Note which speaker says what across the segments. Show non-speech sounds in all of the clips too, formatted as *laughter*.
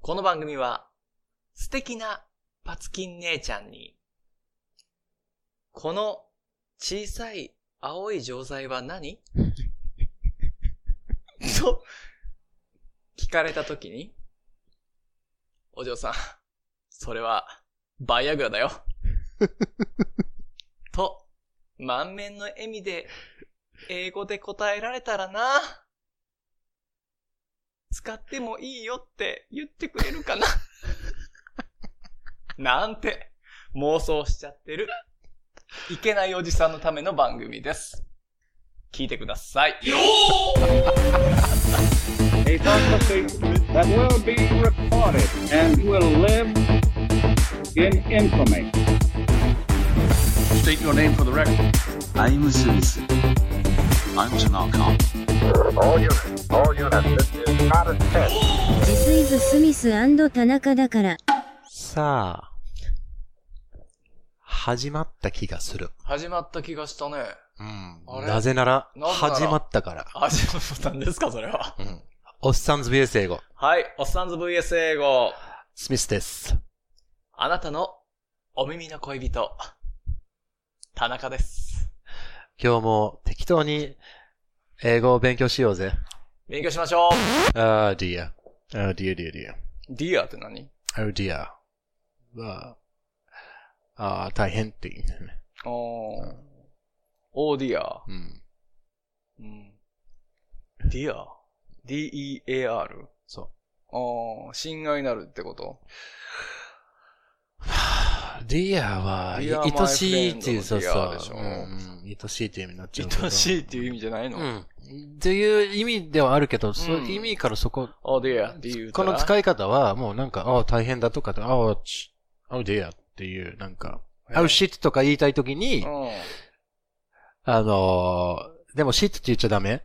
Speaker 1: この番組は、素敵なパツキン姉ちゃんに、この小さい青い錠剤は何と、聞かれたときに、お嬢さん、それは、バイアグラだよ。と、満面の笑みで、英語で答えられたらな。使ってもいいよって言ってくれるかな *laughs* なんて妄想しちゃってるいけないおじさんのための番組です。聞いてください。
Speaker 2: a conversation that will be recorded and will live in infamy.
Speaker 3: State your name for the record.
Speaker 4: I'm Smith. I'm Tanaka.
Speaker 5: All units, all units, this is not a test.
Speaker 6: ジスイズ・スミス田中だから。
Speaker 7: さあ、始まった気がする。
Speaker 1: 始まった気がしたね。
Speaker 7: うん
Speaker 1: あれ
Speaker 7: なぜなら、
Speaker 1: なぜなら
Speaker 7: 始まったから。
Speaker 1: 始まったんですか、それは。
Speaker 7: うん。おっさんず BS 英語、
Speaker 1: はい、おっさんず VS 英語。
Speaker 7: スミスです。
Speaker 1: あなたのお耳の恋人、田中です。
Speaker 7: 今日も適当に英語を勉強しようぜ。
Speaker 1: 勉強しましょう。
Speaker 7: あー、ディア。あー、ディア、ディア、デ
Speaker 1: ディアって何
Speaker 7: ィア。あー、ディア。あー、あー大変っていう意味だよね。
Speaker 1: おー。オーディア。
Speaker 7: *sighs* うん。
Speaker 1: うん。ディア ?D-E-A-R?
Speaker 7: そ
Speaker 1: ああ、親愛なるってこと
Speaker 7: う。ディアは、い
Speaker 1: Dear my
Speaker 7: 愛しいっていう、
Speaker 1: friend
Speaker 7: そうそ
Speaker 1: の dear
Speaker 7: う
Speaker 1: でしょ。
Speaker 7: うんうん愛しいっていう意味になっちゃうけど。
Speaker 1: 愛しいっていう意味じゃないの、
Speaker 7: うん。っていう意味ではあるけど、そう
Speaker 1: うん
Speaker 7: いう意味からそこ、
Speaker 1: オーディアっていう
Speaker 7: この
Speaker 1: い、
Speaker 7: 使い方は、もうなんか、ああ、大変だとか、ああ、ち、ああ、でやっていう、なんか、あう、シットとか言いたいときに、あのー、でもシットって言っちゃダメ。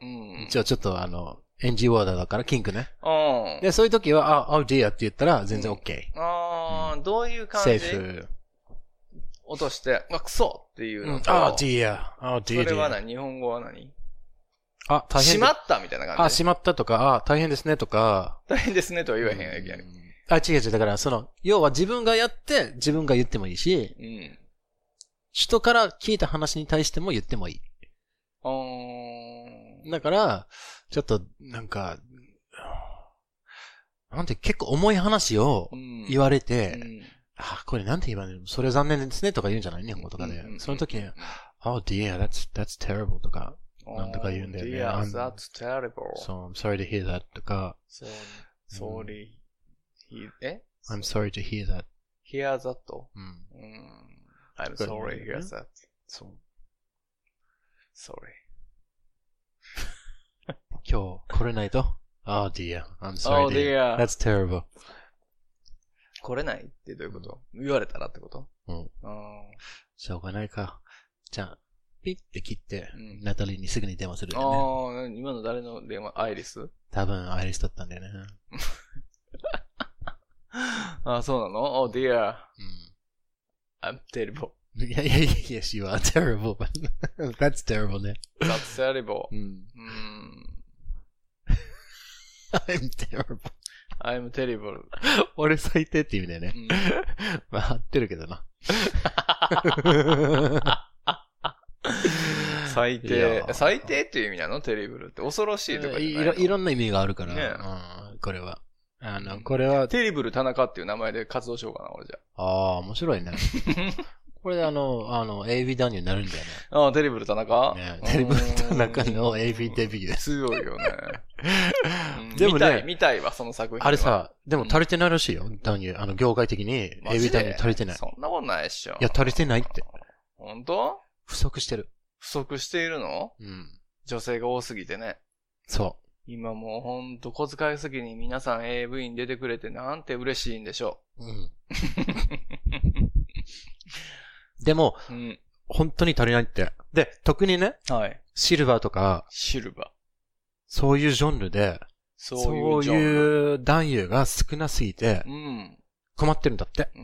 Speaker 1: うん。うん。
Speaker 7: じゃあちょっとあの、エンジーワーダーだから、キンクね。
Speaker 1: うん。
Speaker 7: で、そういう時は、ああ、でやって言ったら、全然 OK。
Speaker 1: ああ、どういう感
Speaker 7: セ
Speaker 1: じ
Speaker 7: ーフ。
Speaker 1: 落として、まあ、クソっていう
Speaker 7: う
Speaker 1: の
Speaker 7: ん
Speaker 1: と、
Speaker 7: ああ、でや。ああ、
Speaker 1: そ
Speaker 7: でや。
Speaker 1: れは何日本語は何
Speaker 7: あ、大変。
Speaker 1: しまったみたいな感じ。
Speaker 7: あ、しまったとか、ああ、大変ですねとか。
Speaker 1: 大変ですねとは言わへんやけ。
Speaker 7: うんんあ、違う違う。だから、その、要は自分がやって、自分が言ってもいいし、
Speaker 1: うん。
Speaker 7: 人から聞いた話に対しても言ってもい
Speaker 1: あー
Speaker 7: い。だから、ちょっと、なんか、なんて結構重い話を
Speaker 1: うん。
Speaker 7: 言われ
Speaker 1: れ
Speaker 7: て、あ、これなんて言われるのそれ残念ですねとか言うんじゃない日本語とかで。その時に、oh dear, that's, that's terrible とか、なんとか言うんだよね
Speaker 1: Dear,
Speaker 7: I'm-
Speaker 1: that's terrible.
Speaker 7: so I'm sorry to hear that とか、
Speaker 1: そう。sorry. He, え
Speaker 7: I'm sorry to hear that.
Speaker 1: ?hear that?
Speaker 7: うん。
Speaker 1: うん。I'm
Speaker 7: そう
Speaker 1: sorry, hear
Speaker 7: うん
Speaker 1: that. そう。sorry.
Speaker 7: 今日来れないと ?oh dear, I'm
Speaker 1: Oh
Speaker 7: sorry to
Speaker 1: dear.
Speaker 7: hear. That's terrible.
Speaker 1: 来れないってどういうこと言われたらってこと
Speaker 7: うん。
Speaker 1: あ
Speaker 7: しょうがないか。じゃあ、ピッて切って、
Speaker 1: うん
Speaker 7: ナタリーにすぐに電話する
Speaker 1: ー
Speaker 7: よね。
Speaker 1: あー、今の誰の電話アイリス *gasps*
Speaker 7: 多分、アイリスだったんだよね。
Speaker 1: あー、そうなの ?Oh dear, I'm terrible.
Speaker 7: うん。いやいやいやいや、she was *laughs* terrible, but that's terrible ね。
Speaker 1: That's
Speaker 7: *laughs*
Speaker 1: terrible.
Speaker 7: うん。
Speaker 1: うん。
Speaker 7: I'm terrible.
Speaker 1: I'm terrible.
Speaker 7: 俺最低って意味だよね
Speaker 1: う。ん
Speaker 7: まあ、合ってるけどな。
Speaker 1: 最
Speaker 7: い
Speaker 1: 低
Speaker 7: や。ー
Speaker 1: 最低っていう意味なのテリブルって。恐ろしいとかじゃない
Speaker 7: い
Speaker 1: の
Speaker 7: ろいろんな意味があるから、
Speaker 1: ね
Speaker 7: うん、これは。あの、これは、
Speaker 1: テリブル田中っていう名前で活動しようかな、俺じゃ。
Speaker 7: ああ、面白
Speaker 1: *laughs*
Speaker 7: いね。これであの、あの、AV 男優になるんだよね。
Speaker 1: ああ、テリブル田中、
Speaker 7: ねテリブル田中の AV デビューです。
Speaker 1: 強
Speaker 7: *laughs*
Speaker 1: いよね。うん
Speaker 7: でもね
Speaker 1: 見たい、見たいわ、その作品。
Speaker 7: あれ、さ、でも足りてないらしいよ。男優、あの、業界的に、
Speaker 1: マジ
Speaker 7: AV
Speaker 1: で
Speaker 7: 男優足りてない。
Speaker 1: そんなことないっしょ。
Speaker 7: いや、足りてないって。
Speaker 1: 本当
Speaker 7: 不足してる。
Speaker 1: 不足しているの
Speaker 7: うん。
Speaker 1: 女性が多すぎてね。
Speaker 7: そ
Speaker 1: 今もうほんと小遣いすぎに皆さん AV に出てくれてなんて嬉しいんでしょ
Speaker 7: う。うん。 *laughs* でも、
Speaker 1: う。うん。
Speaker 7: 本当に足りないって。で、特にね、
Speaker 1: はい。
Speaker 7: シルバーとか、
Speaker 1: シルバー。
Speaker 7: そういうジャンルで、
Speaker 1: そうい
Speaker 7: そうう
Speaker 1: ジャンル。
Speaker 7: いう男優が少なすぎて
Speaker 1: う、ん。
Speaker 7: 困ってるんだって。
Speaker 1: うー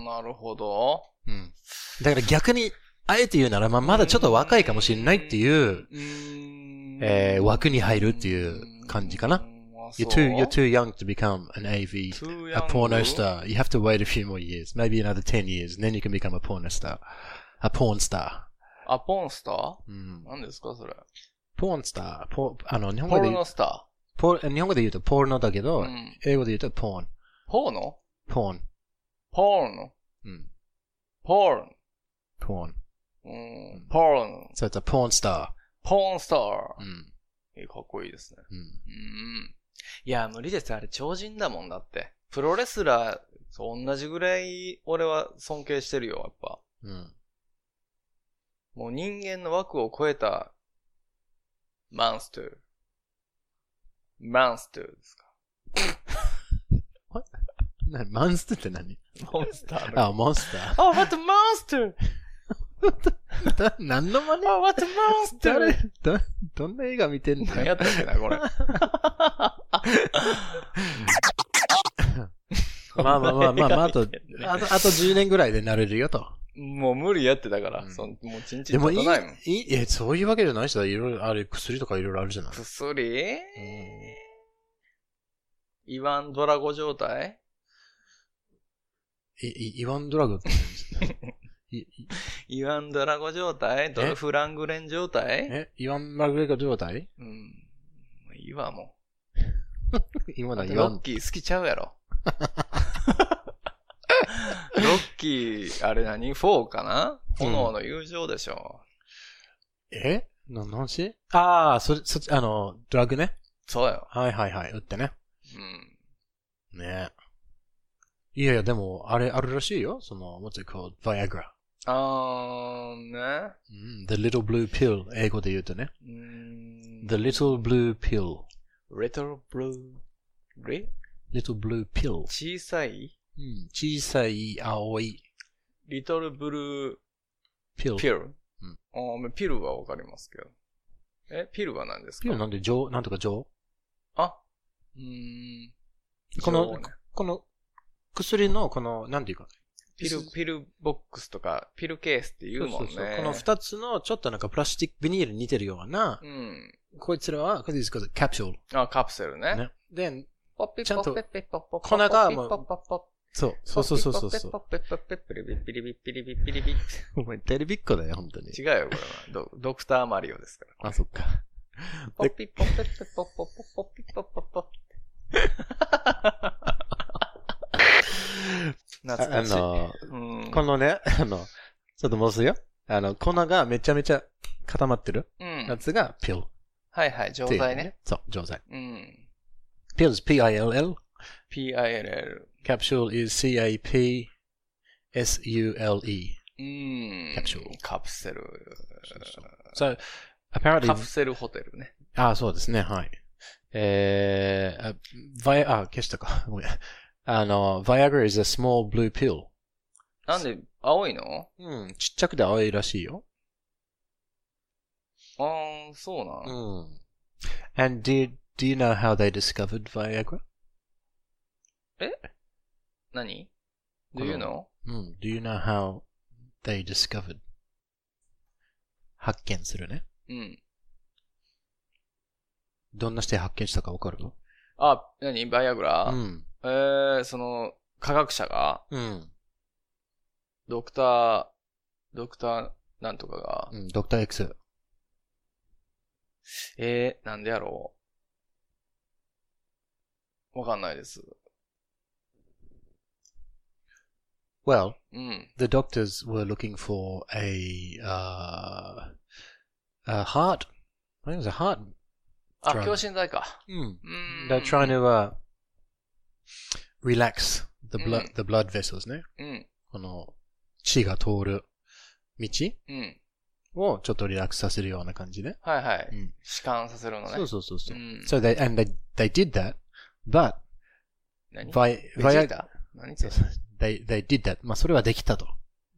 Speaker 1: ん、なるほど。
Speaker 7: うん。だから逆に、あえて言うなら、まあ、まだちょっと若いかもしれないっていう、
Speaker 1: うーん
Speaker 7: えー枠に入るっていう感じかな
Speaker 1: うーんああ、そう
Speaker 7: You're too, you're too young to become an AV,
Speaker 1: Too
Speaker 7: a porno
Speaker 1: young?
Speaker 7: star. You have to wait a few more years, maybe another 10 years, and then you can become a porno star. A porn star. Mm.
Speaker 1: あ、ポンスター
Speaker 7: うん。
Speaker 1: 何ですかそれ。
Speaker 7: ポーンスター、ポあの、日本
Speaker 1: ポ
Speaker 7: 語で
Speaker 1: ル
Speaker 7: 言う
Speaker 1: ノスタ
Speaker 7: ポー日本語で言うとポルノだけ
Speaker 1: ー。
Speaker 7: ど、
Speaker 1: うん。
Speaker 7: 英語で言うとポーン。
Speaker 1: ポーノ
Speaker 7: ポーン。
Speaker 1: ポーノ
Speaker 7: うん。
Speaker 1: ポーノ
Speaker 7: ポーン。
Speaker 1: うん。ポーノ
Speaker 7: So it's a porn star. Mm.
Speaker 1: ポーンスター。
Speaker 7: うん。
Speaker 1: えかっこいいですね。
Speaker 7: うん。
Speaker 1: うん。いや、無理です。あれ、超人だもんだって。プロレスラー、そう同じぐらい、俺は尊敬してるよ、やっぱ。
Speaker 7: うん。
Speaker 1: もう人間の枠を超えた、マンスター。マンスターですか。
Speaker 7: なモンスターって何
Speaker 1: モンスターの。
Speaker 7: あ、モンス
Speaker 1: *laughs*
Speaker 7: タ
Speaker 1: Oh, what a monster!
Speaker 7: ー。だ何の真似
Speaker 1: Oh, what a monster!
Speaker 7: 誰ど、どんな映画見てんだ
Speaker 1: 何や *laughs*
Speaker 7: よ。
Speaker 1: ったっけな、これ。
Speaker 7: まあまあまあまあ、まあ、あ *laughs* と、
Speaker 1: あ
Speaker 7: あと、あと10年ぐらいでなれるよと。
Speaker 1: もう無理やってだから、
Speaker 7: うん
Speaker 1: そのもうちんちん
Speaker 7: でもい
Speaker 1: 立
Speaker 7: い
Speaker 1: たないもん。、
Speaker 7: いい、え、そういうわけじゃない人だ。いろいろ、あれ、薬とかいろいろあるじゃない。
Speaker 1: 薬
Speaker 7: うん
Speaker 1: イワンドラゴ状態
Speaker 7: い、い、イワンドラグって言うんですねいい
Speaker 1: *laughs* イワンドラゴ状態ドルフ・ラングレン状態
Speaker 7: え、イワン・マグレガー状態
Speaker 1: うん。もういいわ、も
Speaker 7: 今
Speaker 1: う。だっ
Speaker 7: だ、
Speaker 1: て
Speaker 7: イ
Speaker 1: ロ
Speaker 7: ワ
Speaker 1: ッ
Speaker 7: ン。
Speaker 1: キー好きちゃうやろ。 *laughs* ロッキー、あれ何 ?4 かな
Speaker 7: うん
Speaker 1: 炎の友情でしょ。
Speaker 7: えな、なんしああ、それ、そっち、あの、ドラッグね。
Speaker 1: そうよ。
Speaker 7: はいはいはい、打ってね。
Speaker 1: うん。
Speaker 7: ねいやいや、でも、あれあるらしいよ。その、what's it called? Viagra。
Speaker 1: あーね。
Speaker 7: うん、the little blue pill。英語で言うとね。
Speaker 1: うーん
Speaker 7: the little blue pill。
Speaker 1: little blue, li?
Speaker 7: little blue pill。
Speaker 1: 小さい
Speaker 7: うん、小さい青い
Speaker 1: little blue
Speaker 7: ピル。
Speaker 1: ピル
Speaker 7: うん
Speaker 1: あーまあピルはわかりますけど。え、ピルは何ですか
Speaker 7: ピルなんで女王、なんとか女王
Speaker 1: あ、うーん。
Speaker 7: この
Speaker 1: そうね
Speaker 7: この、薬の、この、なんていうか。
Speaker 1: ピル、ピルボックスとか、ピルケースって言うもんね。
Speaker 7: そうそうそうこの二つの、ちょっとなんかプラスチックビニールに似てるような、
Speaker 1: うん。
Speaker 7: こいつらは、これですか、カプセル。
Speaker 1: あ、カプセルね。
Speaker 7: ね。で、
Speaker 1: ポッピ
Speaker 7: ちゃんと
Speaker 1: ポッピポッポッポッ
Speaker 7: 粉が
Speaker 1: ポ
Speaker 7: も
Speaker 1: ッ
Speaker 7: う
Speaker 1: ポッポッポッ
Speaker 7: そう、そうそうそうそうそ
Speaker 1: ポ
Speaker 7: う。
Speaker 1: ッピポッピポッピピリピリピリピリピリピリ
Speaker 7: お前、テレビっ子だよ、本当に
Speaker 1: 違うよ、これは。ドドクターマリオですから。
Speaker 7: あ、そっか。
Speaker 1: ポッピポッピポッポッポッポッピポッポッポッ。懐
Speaker 7: あ
Speaker 1: かしい。
Speaker 7: の、
Speaker 1: うん。
Speaker 7: このね、あの、ちょっと戻すよ。あの、粉がめちゃめちゃ固まってる
Speaker 1: うん
Speaker 7: やつが、ピル。
Speaker 1: はいはい、錠剤ね。。
Speaker 7: そう、錠剤。
Speaker 1: うん。
Speaker 7: pills, P-I-L-L.
Speaker 1: PILL。
Speaker 7: capsule is C-A-P-S-U-L-E.
Speaker 1: うん。
Speaker 7: カプセル
Speaker 1: カプセル。
Speaker 7: So, apparently,
Speaker 1: カプセルホテルね。
Speaker 7: あ、そうですね、はい。えー、あ、Vi- あ、消したか。ごめん。あの、Viagra is a small blue pill.
Speaker 1: なんで、青いの
Speaker 7: うん、ちっちゃくて青いらしいよ。
Speaker 1: あー、そうなの、
Speaker 7: ん。And do you, do you know how they discovered Viagra?
Speaker 1: 何
Speaker 7: こ
Speaker 1: ?Do you
Speaker 7: の
Speaker 1: know?
Speaker 7: うん。Do you know how they discovered? 発見するね。
Speaker 1: うん。
Speaker 7: どんなして発見したかわかる
Speaker 1: あ、何バイアグラ、
Speaker 7: うん。
Speaker 1: えー、その、科学者が、
Speaker 7: うん。
Speaker 1: ドクター、ドクターなんとかが、
Speaker 7: うん。ドクター X。
Speaker 1: えー、なんでやろうわかんないです。
Speaker 7: Well,
Speaker 1: うん。
Speaker 7: the doctors were looking for a uh, a heart. I think it was a heart.
Speaker 1: あ、
Speaker 7: Drug
Speaker 1: 強心剤か。
Speaker 7: Mm.
Speaker 1: うーん。
Speaker 7: They're trying to uh, relax the blood
Speaker 1: Mm.
Speaker 7: the blood vessels ね。
Speaker 1: うん、
Speaker 7: この血が通る道
Speaker 1: うん。
Speaker 7: をちょっとリラックスさせるような感じね。
Speaker 1: はいはい。
Speaker 7: うん
Speaker 1: 弛緩させるのね。
Speaker 7: そうそうそうそう。
Speaker 1: うん
Speaker 7: So they and they they did that, but
Speaker 1: 何
Speaker 7: Vi-
Speaker 1: ベジー
Speaker 7: Viagra
Speaker 1: タ何
Speaker 7: そうそう they they did that まあそれはできたと。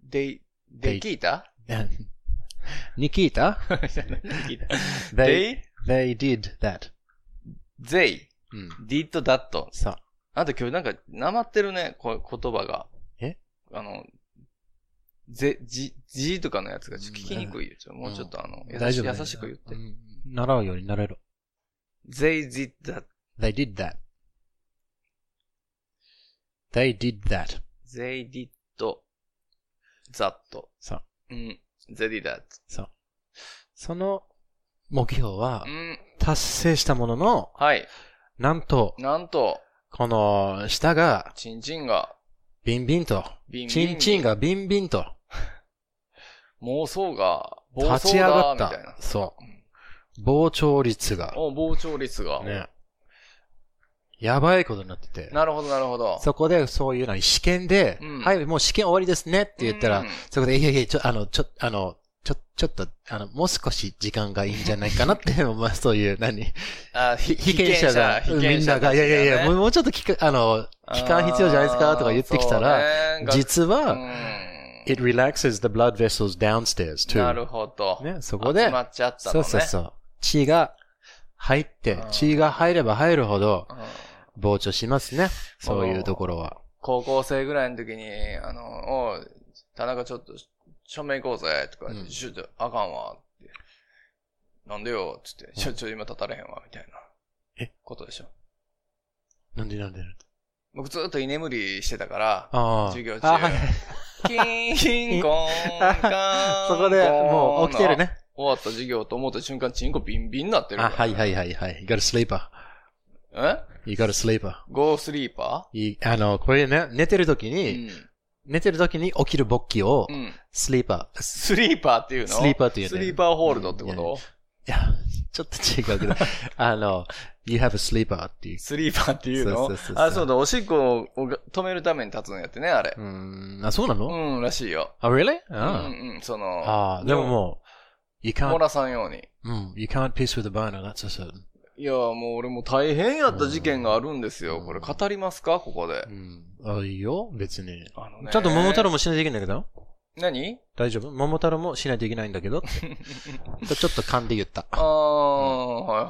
Speaker 1: デイ、デイキータ
Speaker 7: *laughs* ニキ
Speaker 1: *laughs*
Speaker 7: ータ
Speaker 1: じゃないデイキータ
Speaker 7: they
Speaker 1: They,
Speaker 7: they did that.
Speaker 1: they,
Speaker 7: うん。
Speaker 1: did that.
Speaker 7: さあ、
Speaker 1: あと今日なんか、なまってるね、こ言葉が。
Speaker 7: え
Speaker 1: あの、ぜ、じ、じとかのやつがちょっと聞きにくいよ。ちょもうちょっとあの、優し
Speaker 7: だよ
Speaker 1: 優しく言って
Speaker 7: う。ん習うようになれる。
Speaker 1: they did that.
Speaker 7: They did that. They did that.
Speaker 1: They did that.
Speaker 7: そう。
Speaker 1: うん。They did that.
Speaker 7: そう。その目標は
Speaker 1: うん。
Speaker 7: 達成したものの、
Speaker 1: はい。
Speaker 7: なんと、
Speaker 1: なんと、
Speaker 7: この舌が
Speaker 1: チンチンが、
Speaker 7: ビンビンと、
Speaker 1: ビンビンに
Speaker 7: チンチンがビンビンと
Speaker 1: 妄想が、暴
Speaker 7: 立
Speaker 1: 走
Speaker 7: ち上が
Speaker 1: だ、
Speaker 7: っ
Speaker 1: み
Speaker 7: た。
Speaker 1: たいな。
Speaker 7: そう。膨張率が、
Speaker 1: お膨張率が。
Speaker 7: ね。やばいことになってて。
Speaker 1: なるほど、なるほど。
Speaker 7: そこで、そういうのに試験で、
Speaker 1: うん
Speaker 7: はい、もう試験終わりですねって言ったら、
Speaker 1: うん
Speaker 7: そこで、いやいや、ちょ、あの、ちょ、あの、ちょ、ちょっと、あの、もう少し時間がいいんじゃないかなって、 *laughs* まあそういう、何
Speaker 1: あ、ひ
Speaker 7: ひ被験者が、
Speaker 1: 被
Speaker 7: み
Speaker 1: 験
Speaker 7: ん
Speaker 1: 者
Speaker 7: なが、いやいやいや、もう
Speaker 1: う、
Speaker 7: もうちょっと期間、あの、期間必要じゃないですかとか言ってきたら、
Speaker 1: ら
Speaker 7: 実は、
Speaker 1: う
Speaker 7: it relaxes the blood vessels
Speaker 1: ん、
Speaker 7: downstairs
Speaker 1: なる
Speaker 7: too.
Speaker 1: ほど。
Speaker 7: ね、そこで、
Speaker 1: 集まっちゃったの
Speaker 7: そう
Speaker 1: ね。
Speaker 7: そうそう。血が入って
Speaker 1: あー、
Speaker 7: 血が入れば入るほど
Speaker 1: うん
Speaker 7: 膨張しますね。そういうところは。
Speaker 1: 高校生ぐらいの時に、あの、おい、田中ちょっと、署名行こうぜ、とか
Speaker 7: う、ん
Speaker 1: ちょっと、あかんわ、って。なんでよ、つって、ちょ、ちょ、今立たれへんわ、みたいな。
Speaker 7: え
Speaker 1: ことでしょ。
Speaker 7: なんでなんで
Speaker 1: 僕ずっと居眠りしてた
Speaker 7: *laughs*
Speaker 1: から、
Speaker 7: ああ。
Speaker 1: 授業中
Speaker 7: あはい。
Speaker 1: キーン、コーン、カーン。
Speaker 7: *laughs* そこでもう起きてる。ね。
Speaker 1: 終わった授業と思った瞬間、チンコビンビンになってる。。
Speaker 7: あ、はいはいいはいはい。You got a sleeper.
Speaker 1: え
Speaker 7: You got a sleeper.
Speaker 1: ゴースリーパ
Speaker 7: いいあの、これね、寝てる時
Speaker 1: ー
Speaker 7: に、寝てる時に起きる勃起を
Speaker 1: う、ん。うん。
Speaker 7: スリーパー。
Speaker 1: スリーパーっていうの
Speaker 7: スリーパーっていうね
Speaker 1: スリーパーホールドってこと
Speaker 7: いや、ちょっと違
Speaker 1: *laughs*
Speaker 7: うけど、あの、you have a sleeper っていう。
Speaker 1: スリーパーっていうの
Speaker 7: そうそうそうそう
Speaker 1: あ、そうだ、おしっこをが止めるために立つんやってね、あれ
Speaker 7: う。ーん、あ、そうなの
Speaker 1: うん、らしいよ。
Speaker 7: あ、really?
Speaker 1: うん
Speaker 7: あー
Speaker 1: うん、その、
Speaker 7: あー、でももう、you
Speaker 1: 漏
Speaker 7: can't,
Speaker 1: らさんように。
Speaker 7: うん、you can't piss with a boner, that's a certain.
Speaker 1: いや、もう俺も大変やった事件があるんですよ。
Speaker 7: うん
Speaker 1: これ語りますかここで
Speaker 7: う。ん。あ、いいよ、別に。
Speaker 1: あのね
Speaker 7: ちゃんと桃太郎もしないといけないんだけど
Speaker 1: 何
Speaker 7: 大丈夫桃太郎もしないといけないんだけど
Speaker 1: *laughs*
Speaker 7: ってちょっと勘で言った。
Speaker 1: ああ、は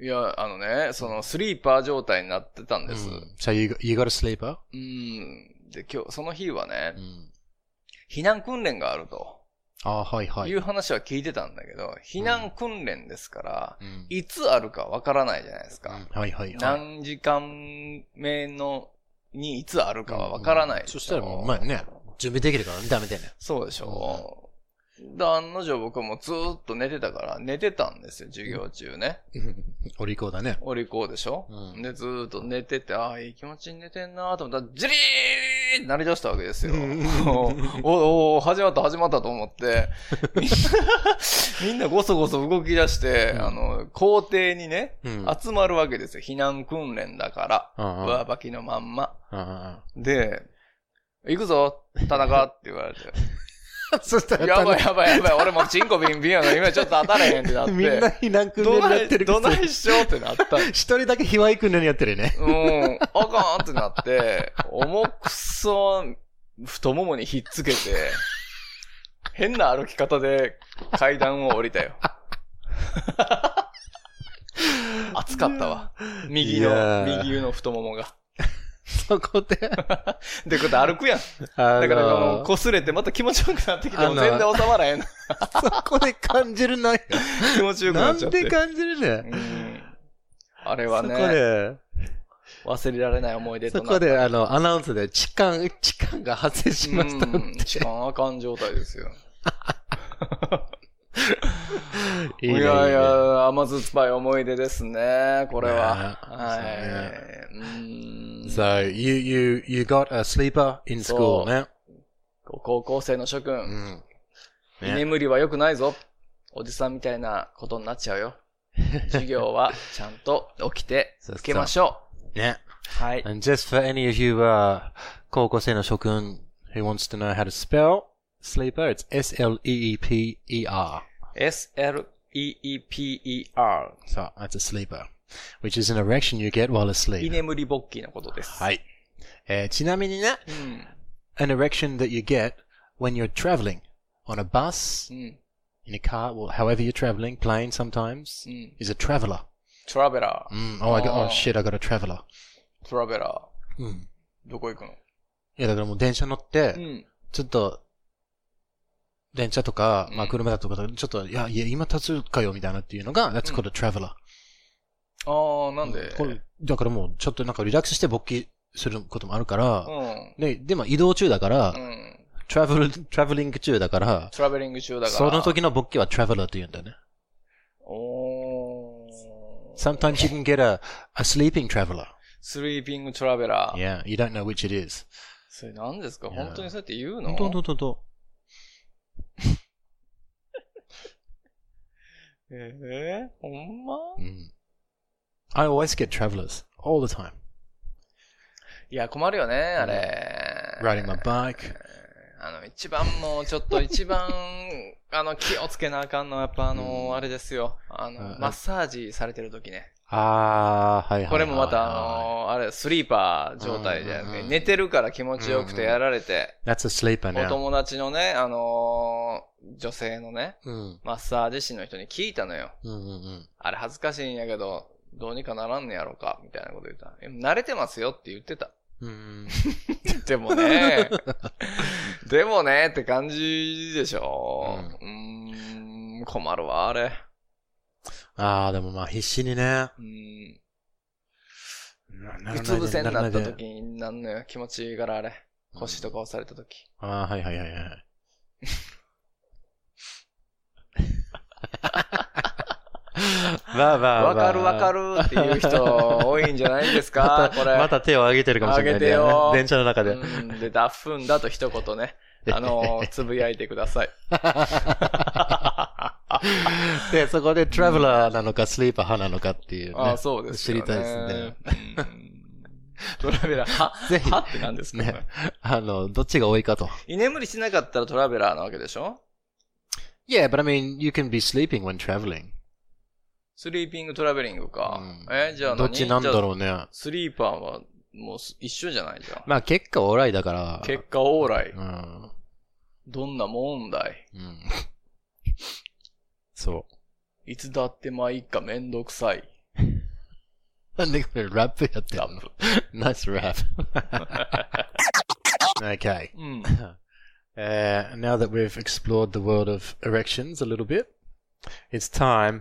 Speaker 1: いはいはい。いや、あのね、そのスリーパー状態になってたんです。
Speaker 7: うん。So you, you got a sleeper?
Speaker 1: うん。で、今日、その日はね
Speaker 7: う、ん。
Speaker 1: 避難訓練があると
Speaker 7: あーはいはい。
Speaker 1: いうう話は聞いてたんだけど、避難訓練ですから、
Speaker 7: ん
Speaker 1: いつあるかわからないじゃないですか。
Speaker 7: はいはいはい。
Speaker 1: 何時間目のにいつあるかはわからないでしょ
Speaker 7: そしたらもう、まあね、準備できるからね、ダメだ *laughs* よね。
Speaker 1: そうでしょう。で、案の定僕はもうずーっと寝てたから、寝てたんですよ、授業中ね。
Speaker 7: お利口だね。
Speaker 1: お利口でしょ、
Speaker 7: うん
Speaker 1: で、ずーっと寝てて、ああ、いい気持ちに寝てんなーと思ったら、じりーって鳴り出したわけですよ。
Speaker 7: うん
Speaker 1: もうおおお始まった、始まったと思
Speaker 7: *laughs*
Speaker 1: って、みんな、みんなごそごそ動き出して、
Speaker 7: うん
Speaker 1: あの、校庭にね、
Speaker 7: うん
Speaker 1: 集まるわけですよ。避難訓練だから。
Speaker 7: うんうん
Speaker 1: 上履きのまんま。
Speaker 7: うんうん
Speaker 1: で、行くぞ、田中って言わ
Speaker 7: *laughs*
Speaker 1: れて。
Speaker 7: うんそした
Speaker 1: や
Speaker 7: ら、
Speaker 1: ばいやばいやばい、俺もうチンコビンビンやから今ちょっと当たれへんってなって。
Speaker 7: *laughs* みんな避難訓練
Speaker 1: ど
Speaker 7: にな
Speaker 1: な
Speaker 7: っ
Speaker 1: い、
Speaker 7: てる
Speaker 1: どないしようってなった。
Speaker 7: 一人だけ卑猥訓練やってるよね。 *laughs*
Speaker 1: うん、あかんってなって、重くそ、太ももにひっつけて、変な歩き方で階段を降りたよ。 *laughs* 暑かったわ。右
Speaker 7: い
Speaker 1: の
Speaker 7: や、ー
Speaker 1: 右の太ももが。
Speaker 7: そこで。
Speaker 1: で、こうやって歩くやん。
Speaker 7: あ
Speaker 1: だからもう、
Speaker 7: のー、
Speaker 1: 擦れてまた気持ちよくなってきて、も
Speaker 7: あ
Speaker 1: う
Speaker 7: の
Speaker 1: 全然収まらへん。
Speaker 7: そこで感じるな。
Speaker 1: 気持ちよくな
Speaker 7: *laughs* な
Speaker 1: っちゃ
Speaker 7: ん
Speaker 1: って。
Speaker 7: で感じるね。
Speaker 1: うんあれ
Speaker 7: そ
Speaker 1: は
Speaker 7: こ
Speaker 1: ね、
Speaker 7: で、
Speaker 1: 忘れられない思い出と
Speaker 7: そ
Speaker 1: な
Speaker 7: こで、あの、アナウンスで、痴漢、痴漢が発生しました *laughs* っ
Speaker 1: うん、一番あかん状態ですよ。
Speaker 7: て。
Speaker 1: い
Speaker 7: ね
Speaker 1: やい、や、甘酸っぱい思い出ですね、これは。
Speaker 7: ね
Speaker 1: はい。うん
Speaker 7: いいね。So, you, you, you got a sleeper in
Speaker 1: そ
Speaker 7: school Mm,
Speaker 1: う
Speaker 7: ね。
Speaker 1: 高校生の諸
Speaker 7: う
Speaker 1: 君、
Speaker 7: ん。
Speaker 1: 居眠りは良くないぞ。おじさんみたいなことになっちゃう
Speaker 7: *laughs*
Speaker 1: よ。授業はちゃんと起きて受けましょ
Speaker 7: ね。
Speaker 1: う。はい。
Speaker 7: And just for any of you, uh, 高校生の諸君 who wants to know how to spell sleeper, it's E S-L-E-E-P-E-R.
Speaker 1: SLEEPER。
Speaker 7: So, that's a sleeper. Which is an erection you get while
Speaker 1: 居
Speaker 7: asleep.
Speaker 1: 眠り勃起のことです。
Speaker 7: はい。えーちなみにね、
Speaker 1: うん。
Speaker 7: an erection that you get when you're traveling on a bus,
Speaker 1: うん。
Speaker 7: in a car, well, however you're traveling, plane sometimes,
Speaker 1: うん。
Speaker 7: is a traveler.
Speaker 1: トラベラー。
Speaker 7: Mm, oh, I got,
Speaker 1: Mm. Oh.
Speaker 7: oh shit, I got a traveler.
Speaker 1: トラベラ
Speaker 7: Mm.
Speaker 1: ー。どこ行くの
Speaker 7: いや、だからもう電車乗って、
Speaker 1: ん。
Speaker 7: ちょっと、電車とか、
Speaker 1: うん
Speaker 7: まあ車だとか、ちょっと、いや、いや、今立つかよ、みたいなっていうのが、that's called a traveler.
Speaker 1: ああ、なんで
Speaker 7: これだからもう、ちょっとなんかリラックスして勃起することもあるから、
Speaker 1: うん。
Speaker 7: で、でも移動中だから、
Speaker 1: うん。
Speaker 7: トラベル、トラベリング中だから、
Speaker 1: トラベリング中だから。
Speaker 7: その時の勃起はトラベラーって言うんだよね。
Speaker 1: おー。
Speaker 7: Sometimes you can get a, a sleeping traveler.
Speaker 1: スリーピングトラベラー。
Speaker 7: Yeah, you don't know which it is.
Speaker 1: それ何ですか
Speaker 7: Yeah.
Speaker 1: 本当にそうやって言うの
Speaker 7: どんどんどんどん。
Speaker 1: ええほんま
Speaker 7: Mm. I always get travelers all the time.
Speaker 1: いや、困るよね、あれ。
Speaker 7: Riding my bike.
Speaker 1: あの、一番もう、ちょっと一番、あの、気をつけなあかんのは、やっぱあの、あれですよ。あの
Speaker 7: あ、
Speaker 1: マッサージされてる時ね。
Speaker 7: あー、はいはいはい、はい。
Speaker 1: これもまた、あの、あれ、スリーパー状態じゃな
Speaker 7: うんうん
Speaker 1: く
Speaker 7: う
Speaker 1: て、
Speaker 7: ん
Speaker 1: 寝てるから気持ちよくてやられて、
Speaker 7: That's a sleeper
Speaker 1: お
Speaker 7: now.
Speaker 1: 友達のね、あの、女性のね、
Speaker 7: うん。
Speaker 1: マッサージ師の人に聞いたのよ。
Speaker 7: うんうんうん。
Speaker 1: あれ恥ずかしいんやけど、どうにかならんのやろか、みたいなこと言ったら。え慣れてますよって言ってた。 *laughs*
Speaker 7: うん。
Speaker 1: でも
Speaker 7: *laughs*
Speaker 1: ね、でもねって感じでしょ。うーん、困るわ、あれ。
Speaker 7: あー、でもまあ必死にね。
Speaker 1: うん、
Speaker 7: な
Speaker 1: うつ伏せになった
Speaker 7: らいで
Speaker 1: 時になんのよ。気持ちいいから、あれ。腰とか押された時。
Speaker 7: あー、はいはいはい
Speaker 1: *laughs*
Speaker 7: はい。まあまあ
Speaker 1: わ
Speaker 7: まあ
Speaker 1: かるわかるっていう人多いんじゃないです
Speaker 7: *laughs* ま
Speaker 1: か、
Speaker 7: た
Speaker 1: これ。
Speaker 7: また手を上げてるかもしれないね。
Speaker 1: 上げてよ
Speaker 7: 電車の中で。
Speaker 1: うん、で、ダッフンだと一言ね、あの、つぶやいてください。
Speaker 7: *laughs* で、そこでトラベラーなのか、スリーパー派なのかっていう、ね。
Speaker 1: ああ、そうですよね。
Speaker 7: 知りたいですね
Speaker 1: うん。トラベ
Speaker 7: *laughs*
Speaker 1: ラー、は、
Speaker 7: ぜひ
Speaker 1: はって何ですか
Speaker 7: ね。あの、どっちが多いかと。
Speaker 1: 居眠りしなかったらトラベラーなわけでしょ
Speaker 7: Yeah, but I mean, you can be sleeping when traveling.
Speaker 1: スリーピングトラベリングか。
Speaker 7: うん
Speaker 1: え、じゃあ何
Speaker 7: どっちなんだ
Speaker 1: じゃあ
Speaker 7: ろうね。
Speaker 1: スリーパーはもうす一緒じゃないじゃん。
Speaker 7: まあ、結果オーライだから。
Speaker 1: 結果オーライ
Speaker 7: う。ん。
Speaker 1: どんな問題
Speaker 7: うん。そ
Speaker 1: いつだってまあいいかめんどくさい。
Speaker 7: う。なんでこれラップやってん
Speaker 1: ラ
Speaker 7: の
Speaker 1: ップ。
Speaker 7: ナイスラ
Speaker 1: *laughs*
Speaker 7: ップ。okay.
Speaker 1: うん。
Speaker 7: Uh, now that we've explored the world of erections a little bit, it's time.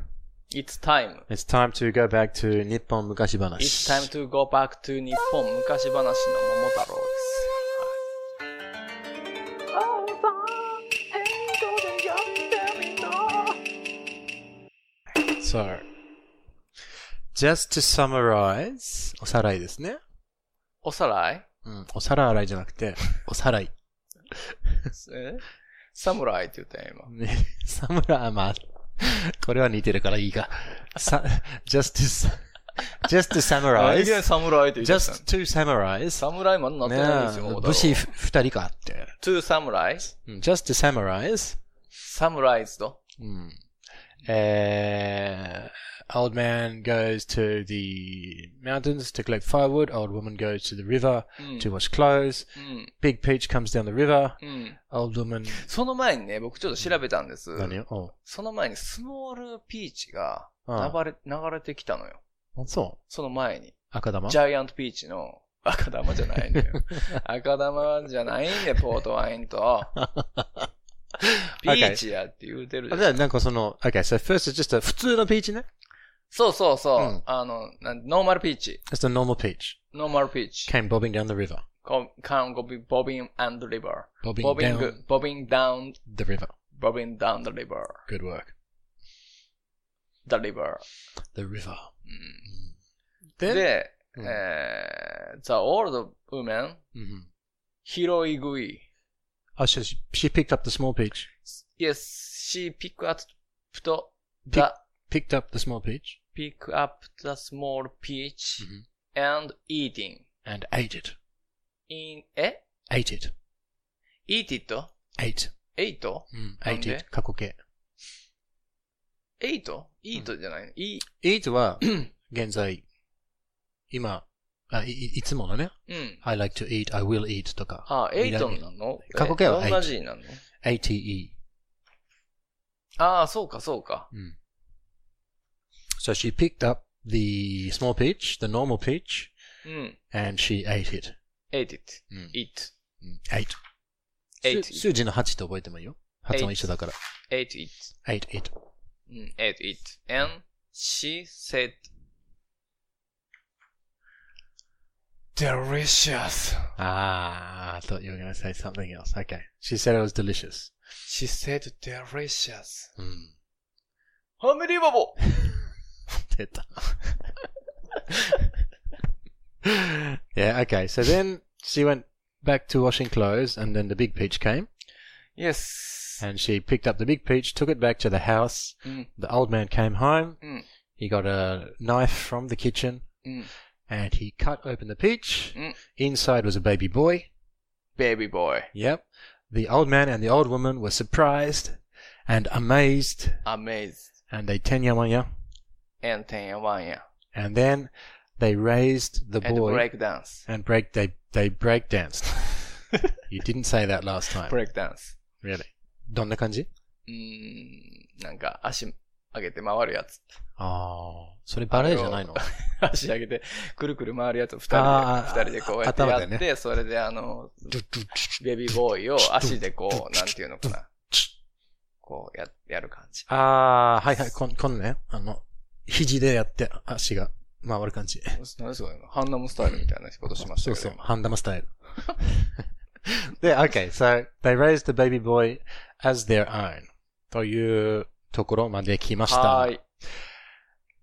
Speaker 1: It's time.
Speaker 7: It's time to go back to 日本昔話。
Speaker 1: It's time to go back to 日本昔話の桃太郎です。
Speaker 7: So, just to summarize, おさらいですね。
Speaker 1: おさらい
Speaker 7: うん、お皿洗いじゃなくて、おさらい。
Speaker 1: えサムライって言ったよ、今。
Speaker 7: ね、 *laughs* サムラーマン。これは似てるからいいか。さ just to, just to
Speaker 1: あいきな
Speaker 7: summarize,
Speaker 1: りサムライって言ってたよ
Speaker 7: just。to summarize,
Speaker 1: サムライマンになってないんですよ、
Speaker 7: ね
Speaker 1: 桃太郎
Speaker 7: 武士ふ二人かって。
Speaker 1: to サムライ
Speaker 7: うん just to summarize,
Speaker 1: サムライズド。
Speaker 7: うんえー Uh, old man goes to the mountains to collect firewood, old woman goes to the river
Speaker 1: うん。
Speaker 7: to wash clothes,
Speaker 1: うん。
Speaker 7: big peach comes down the river,
Speaker 1: うん。
Speaker 7: old woman, Oh.
Speaker 1: その前にね、僕ちょっと調べたんです。
Speaker 7: 何おう
Speaker 1: その前にスモールピーチが流
Speaker 7: あ
Speaker 1: れ、流れてきたのよ。
Speaker 7: あそう
Speaker 1: その前に。
Speaker 7: 赤玉
Speaker 1: ジャイアントピーチの *laughs* 赤玉じゃないの
Speaker 7: *laughs*
Speaker 1: よ。赤玉じゃないんで、ポートワインと。ピーチやって言うてるで
Speaker 7: あ
Speaker 1: しょ
Speaker 7: じゃあ、なんかその、okay, so first is just a 普通のピーチね。
Speaker 1: そうそうそう。
Speaker 7: うん
Speaker 1: あの、なんノーマルピーチ。
Speaker 7: Just a normal peach.
Speaker 1: ノーマルピーチ。
Speaker 7: Came bobbing down the river.
Speaker 1: コンゴビ、ボビンアンドリバー。
Speaker 7: Bobbing
Speaker 1: ボビン
Speaker 7: down
Speaker 1: グ、ボビンダウン、
Speaker 7: the river.
Speaker 1: ボビンダウンドリバー。
Speaker 7: Good work.
Speaker 1: The river.
Speaker 7: The river.
Speaker 1: うんで、
Speaker 7: うん
Speaker 1: えー、The old woman,
Speaker 7: Mhm.
Speaker 1: 拾い食い。
Speaker 7: Oh, she, she- she picked up the small peach.
Speaker 1: Yes, she pick up the,
Speaker 7: Pick-
Speaker 1: the
Speaker 7: Picked up the small peach
Speaker 1: pick up the small peach
Speaker 7: Mhm.
Speaker 1: and eating.
Speaker 7: and ate it.
Speaker 1: In, え
Speaker 7: Ate it.
Speaker 1: ?eat it?
Speaker 7: Ate.
Speaker 1: ate?
Speaker 7: うん
Speaker 1: なん
Speaker 7: ate
Speaker 1: で
Speaker 7: it. 過去形。
Speaker 1: ate? eat じゃないの、い
Speaker 7: eat は、現在、今、あい、いいつものね。
Speaker 1: うん。
Speaker 7: I like to eat, I will eat とか。
Speaker 1: あ、
Speaker 7: 未
Speaker 1: ate
Speaker 7: 来
Speaker 1: なの
Speaker 7: 過去形は
Speaker 1: えどんな字になるの
Speaker 7: ate.
Speaker 1: ああ、そうか、そうか。
Speaker 7: Mm. So she picked up the small peach, the normal peach,
Speaker 1: うん。
Speaker 7: and she ate it. Mm.
Speaker 1: ate it,
Speaker 7: うん
Speaker 1: eat,
Speaker 7: Ate.
Speaker 1: ate
Speaker 7: 数
Speaker 1: it,
Speaker 7: 数字の8って覚えてもいいよ。発音一緒だから。
Speaker 1: ate it,
Speaker 7: ate it.
Speaker 1: うん ate it. And she said
Speaker 3: delicious.
Speaker 7: Ah, I thought you were going to say something else. Okay. She said it was delicious.
Speaker 3: She said delicious.
Speaker 7: Mm.
Speaker 1: アンビリーバボー
Speaker 7: Did that. yeah, okay. So then she went back to washing clothes, and then the big peach came,
Speaker 3: Yes.
Speaker 7: and she picked up the big peach, took it back to the house.
Speaker 1: Mm.
Speaker 7: The old man came home.
Speaker 1: Mm.
Speaker 7: He got a knife from the kitchen,
Speaker 1: Mm.
Speaker 7: and he cut open the peach.
Speaker 1: Mm.
Speaker 7: Inside was a baby boy.
Speaker 1: Baby boy.
Speaker 7: Yep. The old man and the old woman were surprised and amazed,
Speaker 1: Amazed.
Speaker 7: and they tenyamanya.
Speaker 1: And ten and one ya.
Speaker 7: And then they raised the
Speaker 1: And
Speaker 7: boy.
Speaker 1: break dance.
Speaker 7: and break they they break danced. you didn't say that last time.
Speaker 1: ブレイクダンス。
Speaker 7: Really? どんな感じ
Speaker 1: うーん、なんか足上げて回るやつ。 *laughs*
Speaker 7: ああ、それバレエじゃないの
Speaker 1: 足上げて、くるくる回るやつを二人で
Speaker 7: あ、ー
Speaker 1: 二人でこうやって
Speaker 7: 頭
Speaker 1: や
Speaker 7: で
Speaker 1: っ
Speaker 7: ね
Speaker 1: て、それであの、ベビーボーイを足でこう、なんていうのかな。こうや、やる感じ。
Speaker 7: ああ、はいはい、こん、こんね。あの、肘でやって足が回る感じ。
Speaker 1: 何それハンナムスタイルみたいなことしました
Speaker 7: そう
Speaker 1: け
Speaker 7: そう
Speaker 1: ど、。
Speaker 7: ハンダマス *laughs* タイル。で、okay, so they raised the baby boy as their own. というところまで来ました。
Speaker 1: はーい。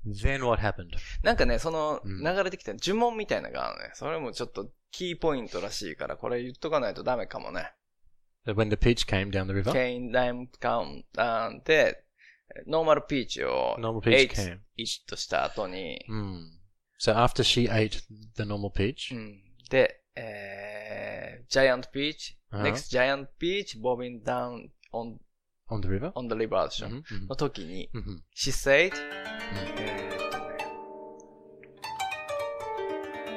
Speaker 7: Then what happened?
Speaker 1: なんかね、その、
Speaker 7: うん
Speaker 1: 流れてきた呪文みたいなのがあるね。それもちょっとキーポイントらしいから、これ言っとかないとダメかもね。
Speaker 7: When the peach came down the river,
Speaker 1: Cane Lime Count で、ノーマルピーチを
Speaker 7: normal peach
Speaker 1: H
Speaker 7: came.
Speaker 1: とした後に、
Speaker 7: Mm. So after she ate the normal peach,
Speaker 1: うんで、えー、ジャイアントピーチ、
Speaker 7: うん
Speaker 1: next ジャイアントピーチ、ボビンダウン on,
Speaker 7: on the river,
Speaker 1: on the river でしょ
Speaker 7: Mhm, mhm,
Speaker 1: の時に、
Speaker 7: mhm.
Speaker 1: she said, えーっとね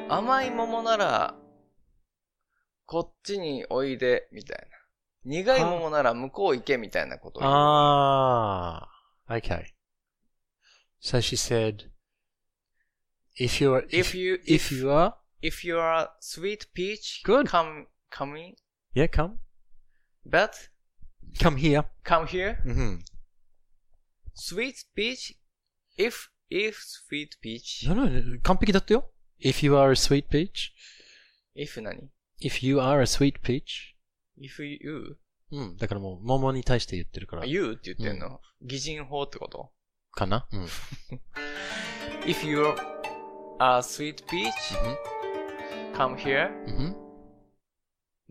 Speaker 1: 甘い桃なら、こっちにおいで、みたいな。苦い桃なら向こう行け、みたいなことを言う
Speaker 7: ah, okay. So she said, "If you're
Speaker 1: If you,
Speaker 7: if you are
Speaker 1: If you are a sweet peach,
Speaker 7: Good.
Speaker 1: come come in,
Speaker 7: yeah, come
Speaker 1: but
Speaker 7: come here."
Speaker 1: come here.
Speaker 7: hmm
Speaker 1: Sweet peach, if if sweet peach,
Speaker 7: No, no, no, 完璧だったよ. If you are a sweet peach,
Speaker 1: if 何
Speaker 7: if you are a sweet peach,
Speaker 1: if you
Speaker 7: うん、だからもう桃に対して言ってるから。
Speaker 1: Hmm. you って言ってんの、擬人法ってこと
Speaker 7: かな
Speaker 1: Mm-hmm.
Speaker 7: うん。
Speaker 1: ？If you are a sweet peach, come here,
Speaker 7: うん。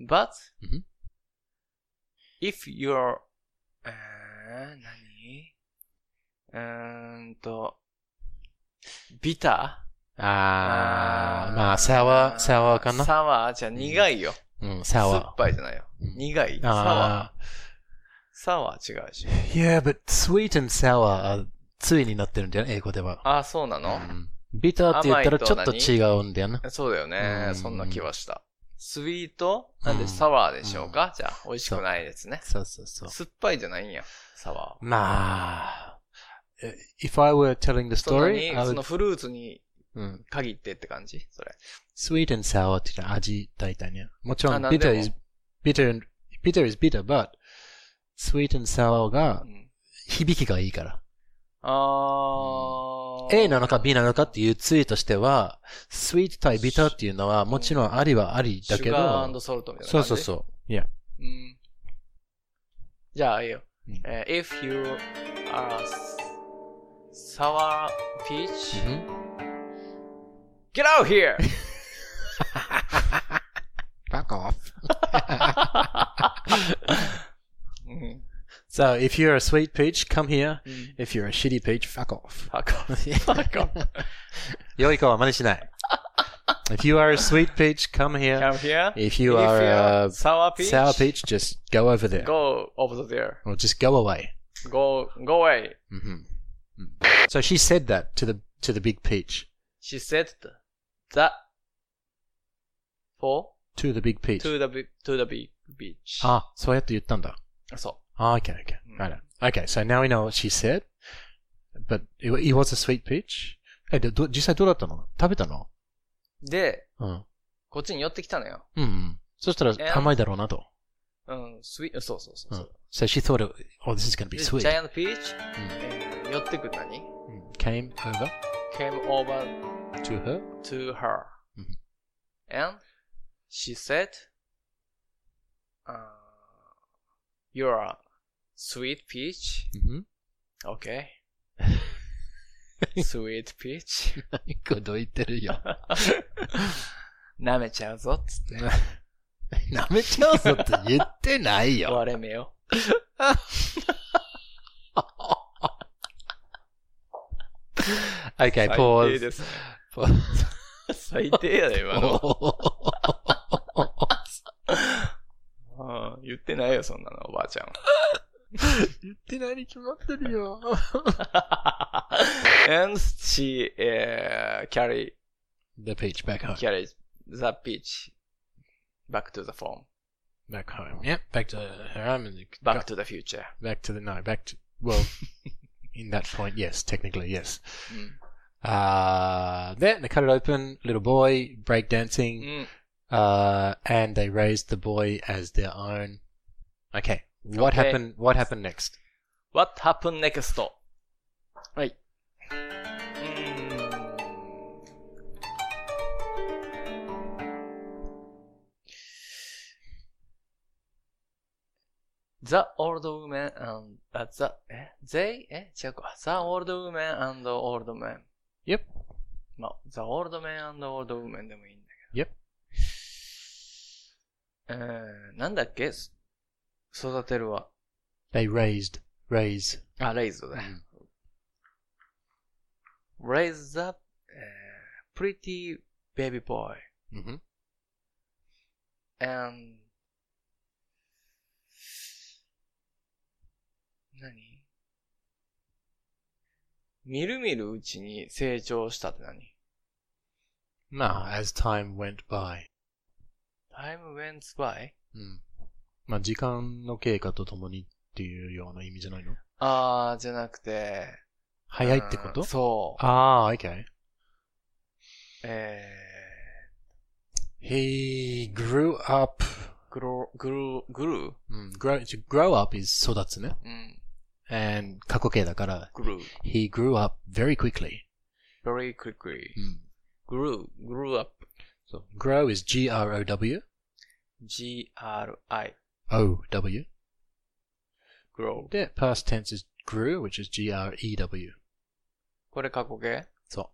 Speaker 1: but
Speaker 7: うん
Speaker 1: if you are uh, えー何？うーんと bitter
Speaker 7: あ
Speaker 1: あー
Speaker 7: ー、まあ、サワー、サワーかな
Speaker 1: サワーじゃ苦いよ。
Speaker 7: うん、サワ
Speaker 1: 酸
Speaker 7: ー
Speaker 1: っ。ぱいじゃないよ。
Speaker 7: うん
Speaker 1: 苦い。サ
Speaker 7: Ah.
Speaker 1: ワ
Speaker 7: あ
Speaker 1: ー。サワー違うし。
Speaker 7: ー。Yeah, but sweet and sour は、ついになってるんだよね、英語では。
Speaker 1: ああ、そうなの、
Speaker 7: ビターって言ったらちょっと
Speaker 1: 甘いと
Speaker 7: 違うんだよな。
Speaker 1: そうだよね
Speaker 7: う。ん
Speaker 1: そんな気はした。スイートなん
Speaker 7: う
Speaker 1: で
Speaker 7: ん
Speaker 1: サワーでしょうか、じゃあ、美味しくないですね。
Speaker 7: そうそうそう。
Speaker 1: 酸っぱいじゃないんや、サワーは。
Speaker 7: まあ、え if I were telling the
Speaker 1: そんな
Speaker 7: story,
Speaker 1: に
Speaker 7: I
Speaker 1: その
Speaker 7: would,
Speaker 1: フルーツに
Speaker 7: うん、
Speaker 1: 限ってって感じそれ。
Speaker 7: sweet and sour って言ったら味大体ね。もちろ
Speaker 1: あ
Speaker 7: ん、
Speaker 1: なんでも
Speaker 7: bitter is, bitter and, bitter is bitter, but sweet and sour が
Speaker 1: うん
Speaker 7: 響きがいいから。
Speaker 1: あー。
Speaker 7: A なのか B なのかっていうツイートしては、sweet 対 bitter っていうのはもちろんありはありだけ
Speaker 1: シュガー
Speaker 7: ど、
Speaker 1: ソルトみたいな
Speaker 7: そ
Speaker 1: 感
Speaker 7: う
Speaker 1: じ。
Speaker 7: そうそう。Yeah.
Speaker 1: うん。じゃあ、いいよ。
Speaker 7: うん
Speaker 1: えー if you are sour peach,
Speaker 7: *laughs*
Speaker 1: get out here!
Speaker 7: Back off.
Speaker 1: うん。
Speaker 7: So if you're a sweet peach, come here.
Speaker 1: うん
Speaker 7: If you're a shitty peach, fuck off.
Speaker 1: Fuck
Speaker 7: *laughs*
Speaker 1: off. Fuck off.
Speaker 7: 良い子は真似しない。If you are a sweet peach, come here.
Speaker 1: Come here.
Speaker 7: If you
Speaker 1: If
Speaker 7: are
Speaker 1: you're
Speaker 7: a
Speaker 1: sour peach,
Speaker 7: sour peach, just go over there.
Speaker 1: go over there.
Speaker 7: Or just go away.
Speaker 1: Go, go away.
Speaker 7: hmm So she said that to the to the big peach.
Speaker 1: She said that for
Speaker 7: To the big peach. Ah,
Speaker 1: to the bi- to the big beach.
Speaker 7: あ、そうやって言ったんだ。
Speaker 1: そ
Speaker 7: Ah, okay, okay.
Speaker 1: Mm.
Speaker 7: Right. Okay, so now we know what she said. But it, it was a sweet peach. え、で、ど、実際どうだったの食べたの
Speaker 1: う。で、
Speaker 7: うん。
Speaker 1: こっちに寄ってきたのよ。
Speaker 7: うんうん。Hmm. そしたら甘いだろうなと。
Speaker 1: うん、スイそうそうそうそう。
Speaker 7: So she thought, it, oh, this is going to be
Speaker 1: で
Speaker 7: sweet. Mm. Hmm.
Speaker 1: ジャイアントピーチ、えー寄ってくる何
Speaker 7: Came over
Speaker 1: ?came over
Speaker 7: to her.
Speaker 1: to her. And she said, uh, You're a sweet peach.
Speaker 7: Mm-hmm. *laughs*
Speaker 1: Okay. sweet peach. *laughs*
Speaker 7: 何かどいてるよ。
Speaker 1: 舐めちゃうぞ、つって。
Speaker 7: *laughs* 舐めちゃうぞって言ってないよ。
Speaker 1: 割れ目を。
Speaker 7: *laughs* okay,
Speaker 1: 最低
Speaker 7: pause. *laughs*
Speaker 1: ですね
Speaker 7: Pause.
Speaker 1: *laughs*
Speaker 7: Oh.
Speaker 1: 最低やで、今 *laughs* の。うん言ってないよ、そんなの、おばあちゃん。
Speaker 7: 言ってないに決まってるよ。
Speaker 1: *laughs* And she, uh, carry,
Speaker 7: The page back home.
Speaker 1: carry the peach back to the phone,
Speaker 7: Back home. Yeah, back to her home and
Speaker 1: back to the future.
Speaker 7: back to the no, back to well, *laughs* in that point, yes, technically, yes. Mm. Uh, then they cut it open. Little boy breakdancing.
Speaker 1: うん。
Speaker 7: uh, and they raised the boy as their own. Okay, what
Speaker 1: Okay.
Speaker 7: happened? What happened next?
Speaker 1: What happened next? はい。The old woman and, あ、the, え they? え違うか。The old woman and old man.
Speaker 7: Yep.
Speaker 1: まあ、the old man and old woman でもいいんだけど。
Speaker 7: Yep.
Speaker 1: えー、なんだっけす育てるは。
Speaker 7: They raised, raise.
Speaker 1: あ、レイズだ。Raise the、uh, pretty baby boy
Speaker 7: Mm-hmm.
Speaker 1: and 何みるみるうちに成長したって何
Speaker 7: No, as time went by. Hmm.
Speaker 1: ?time went by?
Speaker 7: うん。まあ、時間の経過とともにっていうような意味じゃないの
Speaker 1: あー、じゃなくて。
Speaker 7: 早いってこと
Speaker 1: うんそう。
Speaker 7: ああ、okay. Ah,
Speaker 1: え
Speaker 7: He grew up. hmm,
Speaker 1: ー、グロ、グル、グルー
Speaker 7: grow, to grow up is 育つね。
Speaker 1: うん、
Speaker 7: and 過去形だから、
Speaker 1: グルー。
Speaker 7: he grew up very quickly. Hmm,
Speaker 1: very quickly. グルー、グルーアップ。
Speaker 7: So, grow is G-R-O-W.
Speaker 1: G-R-I,
Speaker 7: O-W.
Speaker 1: grow.
Speaker 7: The past tense is grew, which is G R E W.
Speaker 1: これ過去形
Speaker 7: So,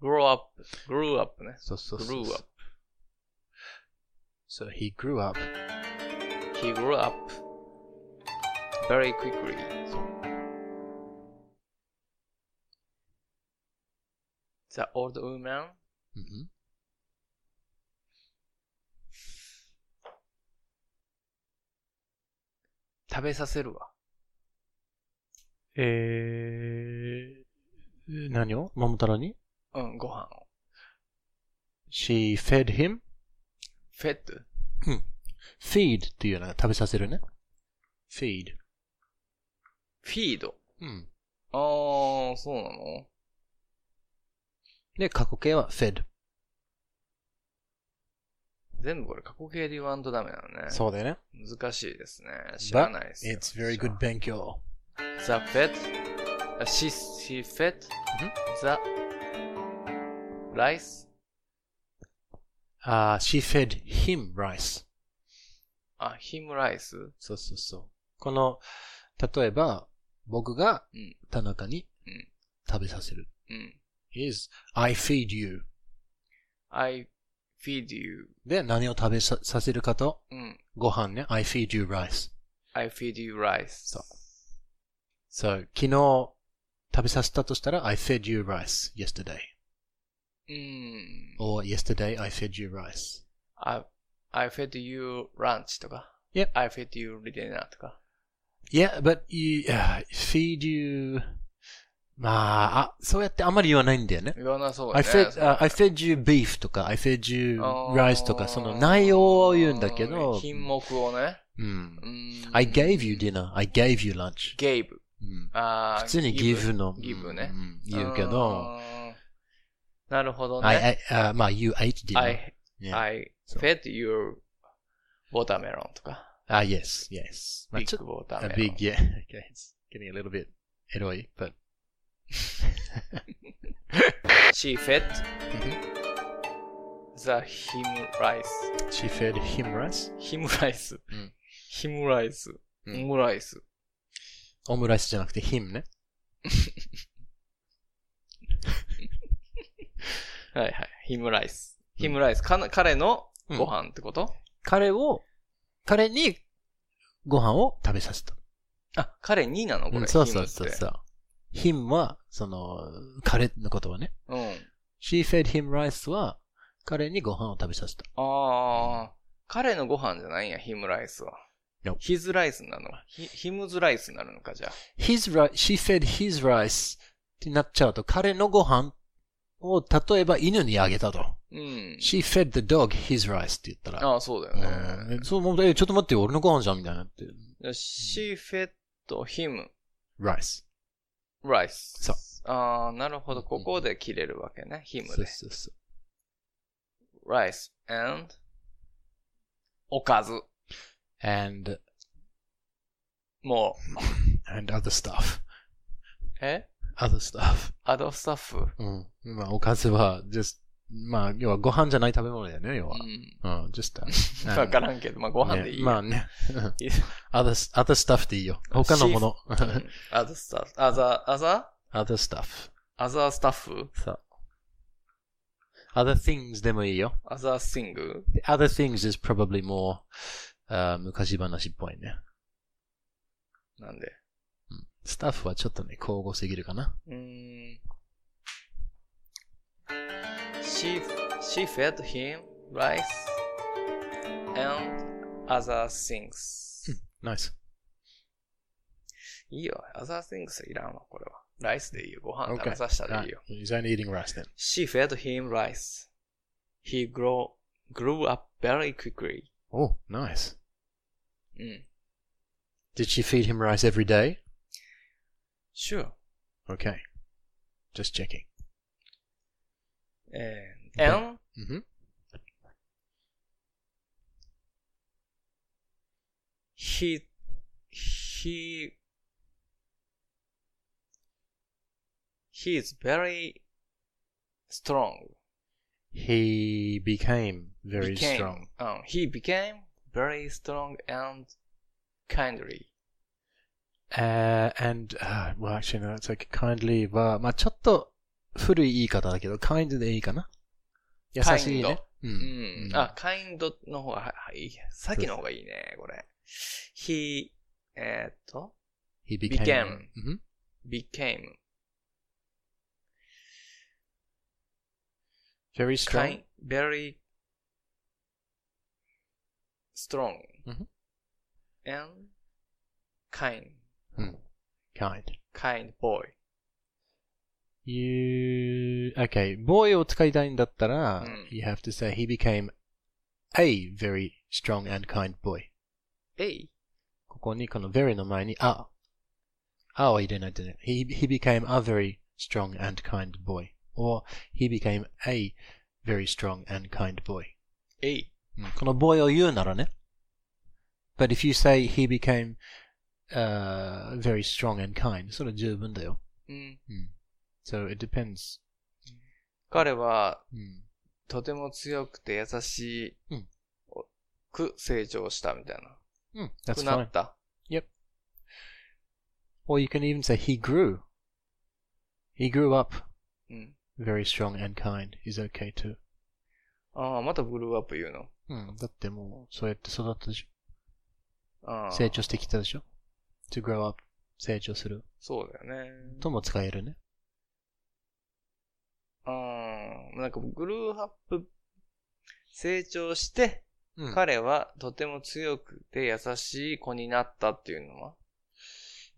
Speaker 1: grow up, grew up ね。
Speaker 7: so, so, so,
Speaker 1: grew
Speaker 7: so.
Speaker 1: up.
Speaker 7: So he grew up.
Speaker 1: He grew up very quickly. そう The old woman
Speaker 7: hmm
Speaker 1: 食べさせるわ。うん、ご飯を。
Speaker 7: She fed him.
Speaker 1: fed
Speaker 7: Feed っていうのが食べさせるね。Feed.
Speaker 1: feed.
Speaker 7: うん。
Speaker 1: あー、そうなの
Speaker 7: で、過去形は fed。
Speaker 1: 全部これ過去形で言わんとダメなのね。
Speaker 7: うだよね。
Speaker 1: 難しいですね。知らないですよ。
Speaker 7: It's very good 勉強。
Speaker 1: The fed, uh, she, she fed the rice.
Speaker 7: Uh, she fed him rice.
Speaker 1: あ、him rice?
Speaker 7: そうそうそう。この、例えば、僕が
Speaker 1: うん
Speaker 7: 田中に
Speaker 1: うん
Speaker 7: 食べさせる。
Speaker 1: うん。
Speaker 7: is I feed you.
Speaker 1: I feed you.
Speaker 7: で、何を食べささせるかと、
Speaker 1: うん。
Speaker 7: ご飯ね。I feed you rice.
Speaker 1: I feed you rice.
Speaker 7: そう So, 昨日食べさせたとしたら、I fed you rice yesterday.
Speaker 1: うん。
Speaker 7: or yesterday I fed you rice.
Speaker 1: I, I fed you lunch とか。
Speaker 7: Yep.
Speaker 1: I fed you dinner とか。
Speaker 7: Yeah, but you, uh, feed you, まあ、あ、そうやってあんまり言わないんだよね。
Speaker 1: 言わなそうだ
Speaker 7: I
Speaker 1: ね。
Speaker 7: fed,
Speaker 1: それ
Speaker 7: uh, I fed you beef とか、I fed you
Speaker 1: あー
Speaker 7: rice とか、その内容を言うんだけ
Speaker 1: うん
Speaker 7: ど、
Speaker 1: 品目をね。
Speaker 7: うん
Speaker 1: う。ん
Speaker 7: I gave you dinner, I gave you lunch.
Speaker 1: gave.
Speaker 7: うん
Speaker 1: あー
Speaker 7: 普通に give の、
Speaker 1: give ね
Speaker 7: う。ん言うけど、
Speaker 1: あー。なるほどね。
Speaker 7: I, I, あまあ、you ate dinner.
Speaker 1: I,
Speaker 7: Yeah.
Speaker 1: I
Speaker 7: そう
Speaker 1: fed you watermelon とか。
Speaker 7: Ah, yes, yes. まあ
Speaker 1: big
Speaker 7: ちょっと
Speaker 1: watermelon.
Speaker 7: A big, yeah. *laughs* Okay, it's getting a little bit eroy, but *laughs*
Speaker 1: She fed the him rice.
Speaker 7: She fed him rice?
Speaker 1: him rice.
Speaker 7: うん。
Speaker 1: him rice.
Speaker 7: う
Speaker 1: m
Speaker 7: ん
Speaker 1: m rice.
Speaker 7: オムライスじゃなくて him ね。
Speaker 1: はいはい。him rice. him rice. かな彼のご飯ってこと、
Speaker 7: 彼を、彼にご飯を食べさせた。
Speaker 1: あ、彼になのこれ、
Speaker 7: うんそうそうそう
Speaker 1: him って
Speaker 7: そう。him は、その、彼の言葉ね。
Speaker 1: うん。
Speaker 7: she fed him rice は、彼にご飯を食べさせた。
Speaker 1: ああ、彼のご飯じゃないんや、ヒムライスは。
Speaker 7: No.
Speaker 1: ヒズライスなの。ヒヒムズライスになるのか、じゃあ。
Speaker 7: his rice, she fed his rice ってなっちゃうと、彼のご飯を例えば犬にあげたと。
Speaker 1: うん。
Speaker 7: she fed the dog his rice って言ったら。
Speaker 1: ああ、そうだよね。
Speaker 7: うんそう思うと、え、ちょっと待ってよ、俺のご飯じゃんみたいになって。
Speaker 1: シーフェット、ヒム、
Speaker 7: rice。
Speaker 1: ライス。
Speaker 7: そう
Speaker 1: ああ、なるほど。ここで切れるわけね。ヒム
Speaker 7: そう
Speaker 1: で。
Speaker 7: そうそう。
Speaker 1: ライス and おかず。
Speaker 7: and,
Speaker 1: も
Speaker 7: and other stuff.
Speaker 1: う。え
Speaker 7: other stuff.
Speaker 1: アドスタッフ。
Speaker 7: うん。まあ、おかずは、just, まあ、要はご飯じゃない食べ物だよね、要は
Speaker 1: う。ん。
Speaker 7: うん、just that. うん
Speaker 1: わからんけど、 *laughs* まあご飯でいい
Speaker 7: ね
Speaker 1: や。
Speaker 7: まあね。うん *laughs*
Speaker 1: いい
Speaker 7: other, other stuff でいいよ。他のもの。
Speaker 1: アドスタッフ。アザ、アザ
Speaker 7: other stuff.
Speaker 1: アザスタッフ
Speaker 7: そう。other things でもいいよ。
Speaker 1: アザシング
Speaker 7: other things is probably more, あー昔話っぽいね。
Speaker 1: なんで。
Speaker 7: スタッフはちょっとね、交互すぎるかな。
Speaker 1: うーん。She, she fed him rice and other things.
Speaker 7: ナイス。
Speaker 1: いいよ。other things いらんわ、これは。ライスでいいよ。ご飯食べさせたらいいよ。
Speaker 7: He's only eating rice then.
Speaker 1: She fed him rice. He grow, grew up very quickly.
Speaker 7: Oh, nice.
Speaker 1: うん。
Speaker 7: Did she feed him rice every day?
Speaker 1: Sure.
Speaker 7: Okay. Just checking.
Speaker 1: えー、
Speaker 7: Yeah.
Speaker 1: and
Speaker 7: Mm-hmm.
Speaker 1: he, he, he is very strong.
Speaker 7: He became very
Speaker 1: Became-
Speaker 7: strong.
Speaker 1: Um, he became very strong and kindly.
Speaker 7: Uh, and, uh, well, actually, no, it's like kindly は、まあちょっと古い言い方だけど、kind でいいかな。Mm. 優しいね。う。
Speaker 1: うんん
Speaker 7: う。ん
Speaker 1: あ、kind Mm. Ah, の方が、ははい、さっきの方がいいね、これ。he, eh, えーっと、
Speaker 7: He
Speaker 1: became.
Speaker 7: Mhm.
Speaker 1: became
Speaker 7: very
Speaker 1: kind,
Speaker 7: strong.
Speaker 1: very strong
Speaker 7: Mhm.
Speaker 1: and kind,
Speaker 7: Kind.
Speaker 1: kind boy.
Speaker 7: You, okay, boy を使いたいんだったら、
Speaker 1: うん
Speaker 7: you have to say he became a very strong and kind boy.
Speaker 1: えい
Speaker 7: ここにこの very の前にあ、あは入れないとね。He, he became a very strong and kind boy. or he became a very strong and kind boy.
Speaker 1: えい
Speaker 7: うんこの boy を言うならね。But if you say he became、uh, very strong and kind, それは十分だよ。
Speaker 1: うん。
Speaker 7: So it depends. Hmm,
Speaker 1: 彼は、
Speaker 7: うん
Speaker 1: とても強くて優しい、
Speaker 7: うん
Speaker 1: く成長したみたいな。
Speaker 7: うん、
Speaker 1: く
Speaker 7: hmm, that's
Speaker 1: な
Speaker 7: fine.
Speaker 1: った。
Speaker 7: Or you can even say he grew. He grew up
Speaker 1: うん。
Speaker 7: very strong and kind is okay too.
Speaker 1: ああ、またグルーアップ言うの。
Speaker 7: うん、だってもうそうやって育ったでしょ。
Speaker 1: ああ
Speaker 7: 成長してきたでしょ ?to grow up 成長する
Speaker 1: そうだよね。
Speaker 7: とも使えるね。
Speaker 1: うん。なんかグルーアップ、成長して、
Speaker 7: うん
Speaker 1: 彼はとても強くて優しい子になったっていうのは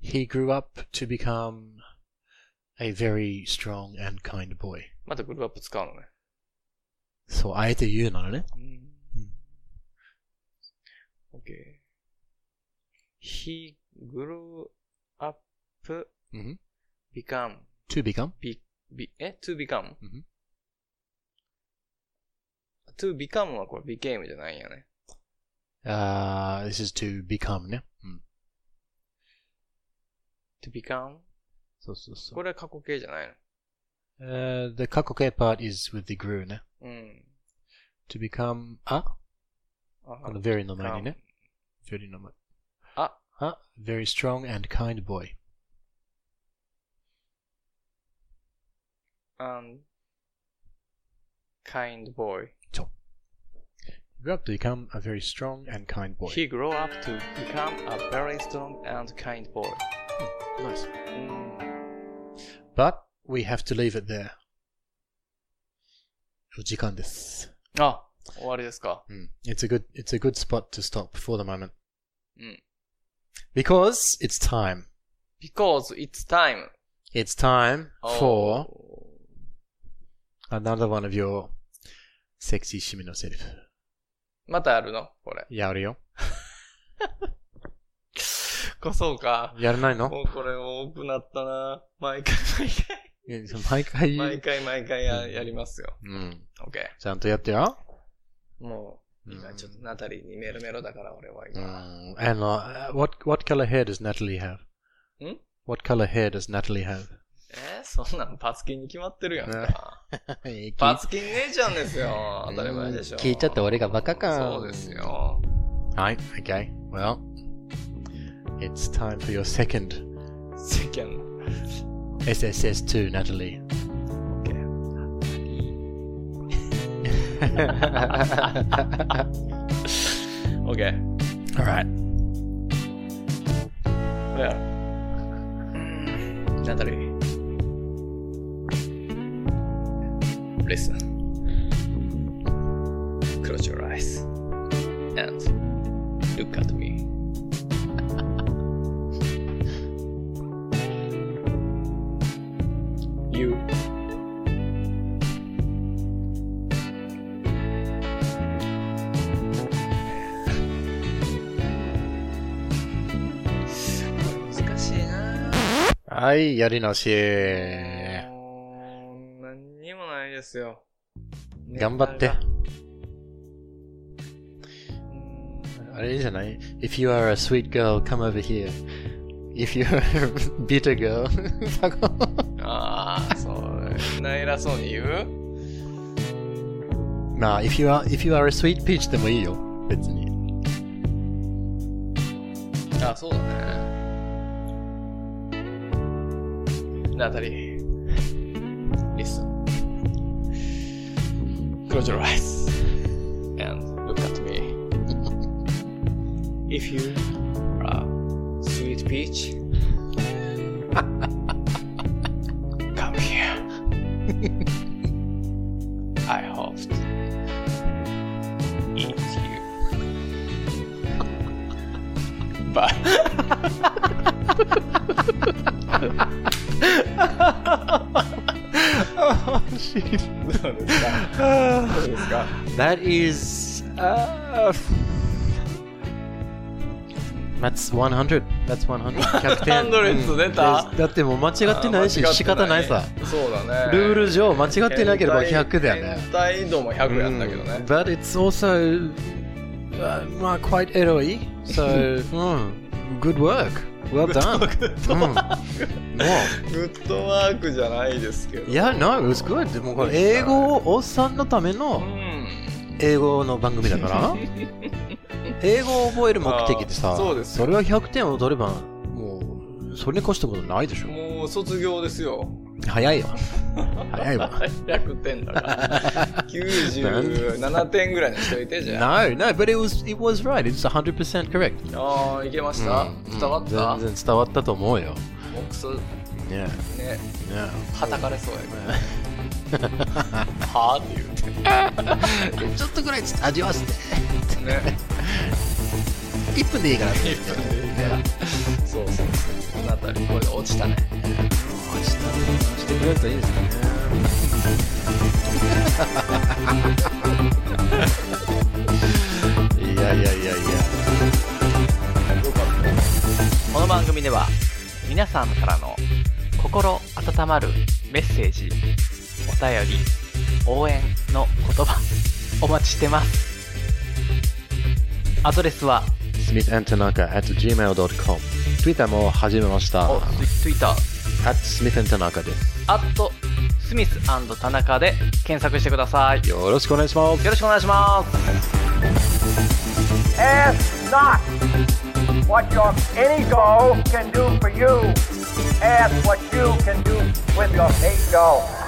Speaker 7: He grew up to become a very strong and kind boy.
Speaker 1: またグルーアップ使うのね。
Speaker 7: そう、あえて言うならね。
Speaker 1: うん。OK。He grew up,
Speaker 7: うん
Speaker 1: become,
Speaker 7: to become?
Speaker 1: be, be, え ?to become?、
Speaker 7: うん
Speaker 1: to become はこれ became じゃないんやね。
Speaker 7: あー Uh, this is to become ね。うん。
Speaker 1: to become?
Speaker 7: そうそうそ
Speaker 1: これは過去形じゃないの。
Speaker 7: う。えー the 過去形 part is with the grew ね。
Speaker 1: うん。
Speaker 7: to become a? この very の前にね。very の前。
Speaker 1: あ
Speaker 7: a very strong and kind boy.
Speaker 1: and kind boy.
Speaker 7: Grew up to become a very strong and kind boy.
Speaker 1: He grow up to become a very strong and kind boy.
Speaker 7: nice.
Speaker 1: うん、
Speaker 7: But we have to leave it there. お時間です。
Speaker 1: あ、終わりですか。
Speaker 7: Mm. It's a good it's a good spot to stop for the moment.
Speaker 1: Mm.
Speaker 7: Because it's time.
Speaker 1: Because it's time
Speaker 7: It's time
Speaker 1: Oh.
Speaker 7: for
Speaker 1: for
Speaker 7: another one of your sexy 趣味のセリフ。
Speaker 1: またあるのこれ。
Speaker 7: やるよ。
Speaker 1: こそうか。
Speaker 7: やらないの
Speaker 1: もうこれ多くなったな。毎回毎回。
Speaker 7: え毎回、
Speaker 1: 毎回毎回ややりますよ。
Speaker 7: うん。
Speaker 1: OK。
Speaker 7: ちゃんとやってよ。
Speaker 1: もう、
Speaker 7: うん
Speaker 1: 今ちょっとナタリーにメロメロだから俺は
Speaker 7: う
Speaker 1: 今。
Speaker 7: ん。あの、what, uh, what color hair does Natalie have?
Speaker 1: ん
Speaker 7: ?What color hair does Natalie have?
Speaker 1: えーそんなんパツキンに決まってるやんか。パ
Speaker 7: パ
Speaker 1: ツキン姉ちゃんですよ。当たり前でしょ。
Speaker 7: 聞いちゃった俺がバカか
Speaker 1: そうですよ。
Speaker 7: はい、okay. Well, it's time for your second
Speaker 1: 世間。
Speaker 7: SSS2, Natalie.
Speaker 1: *laughs* OK。
Speaker 7: Alright.
Speaker 1: ほや。うんナタリー。Listen. uh, Close your eyes. And look at me. *laughs* you. It's 難しいな
Speaker 7: はい、やり直し。
Speaker 1: もう何にもないですよ。
Speaker 7: 頑張って
Speaker 1: ネタが。
Speaker 7: あれじゃない ?If you are a sweet girl, come over here.If you are a *laughs* bitter girl,
Speaker 1: ああ、そう、な偉そうに言う
Speaker 7: まあ、if you are, if you are a sweet peach でもいいよ。別に。
Speaker 1: ああ、そうだね。ナタリー。Listen. Close your eyes and look at me. If you are a sweet peach, *laughs* come here. I hope to eat you. Bye. どうですかどうですか
Speaker 7: That is. Uh, that's 100. That's 100. *laughs* 100
Speaker 1: 100
Speaker 7: うん
Speaker 1: 出た
Speaker 7: *laughs* でだってもう間違ってないし、仕方ないさ。。
Speaker 1: そうだね。
Speaker 7: ルール上、間違
Speaker 1: が
Speaker 7: ってなければ100だよね。
Speaker 1: 変態度も100やったけど
Speaker 7: う
Speaker 1: ね
Speaker 7: ん。But it's also. Uh, まあ、quite eroy. *laughs* So, うん。Good work. Well done. うん。も *laughs*
Speaker 1: フットワークじゃないですけど。
Speaker 7: う、いや、no, it was good. でもこれ、英語をおっさんのための
Speaker 1: うん。
Speaker 7: 英語の番組
Speaker 1: *laughs*
Speaker 7: だから。英語を覚える目的で
Speaker 1: あ
Speaker 7: さ、
Speaker 1: ーそうです
Speaker 7: れは100点を取れば、もう、それに越したことないでしょ。
Speaker 1: もう卒業ですよ。
Speaker 7: 早
Speaker 1: *laughs*
Speaker 7: いわ。早いわ。
Speaker 1: 100点だから。97点ぐらいにしといて、じゃあ。
Speaker 7: No, no, but it was, it was right. It's 100% correct.
Speaker 1: ああ、いけました
Speaker 7: うん
Speaker 1: 伝わった
Speaker 7: うん全然伝わったと思うよ。
Speaker 1: 僕、そう、
Speaker 7: ね
Speaker 1: ね、
Speaker 7: えね
Speaker 1: はたかれそうや *laughs* はあって言う
Speaker 7: えちょっとぐらいつ味わわせて。
Speaker 1: て。ね。
Speaker 7: 1分で *laughs* いいから。落
Speaker 1: 一分でいいから。そうそうそう。このあたり、これで落ちたね。
Speaker 7: ちた落ちてくれるといいですね。いやいやいやいや。
Speaker 8: この番組では皆さんからの心温まるメッセージお便り応援の言葉お待ちしてますアドレスは
Speaker 7: smithandtanaka at gmail.com。Twitter も始めました。
Speaker 8: おツイツイッター
Speaker 7: at smithandtanaka です。
Speaker 8: アットススミス田中で検索してください。よ
Speaker 7: よろしくお願いします。
Speaker 8: ろしくお願いします。
Speaker 5: Ask not what your any goal can do for you. Ask what you can do with your eight goal.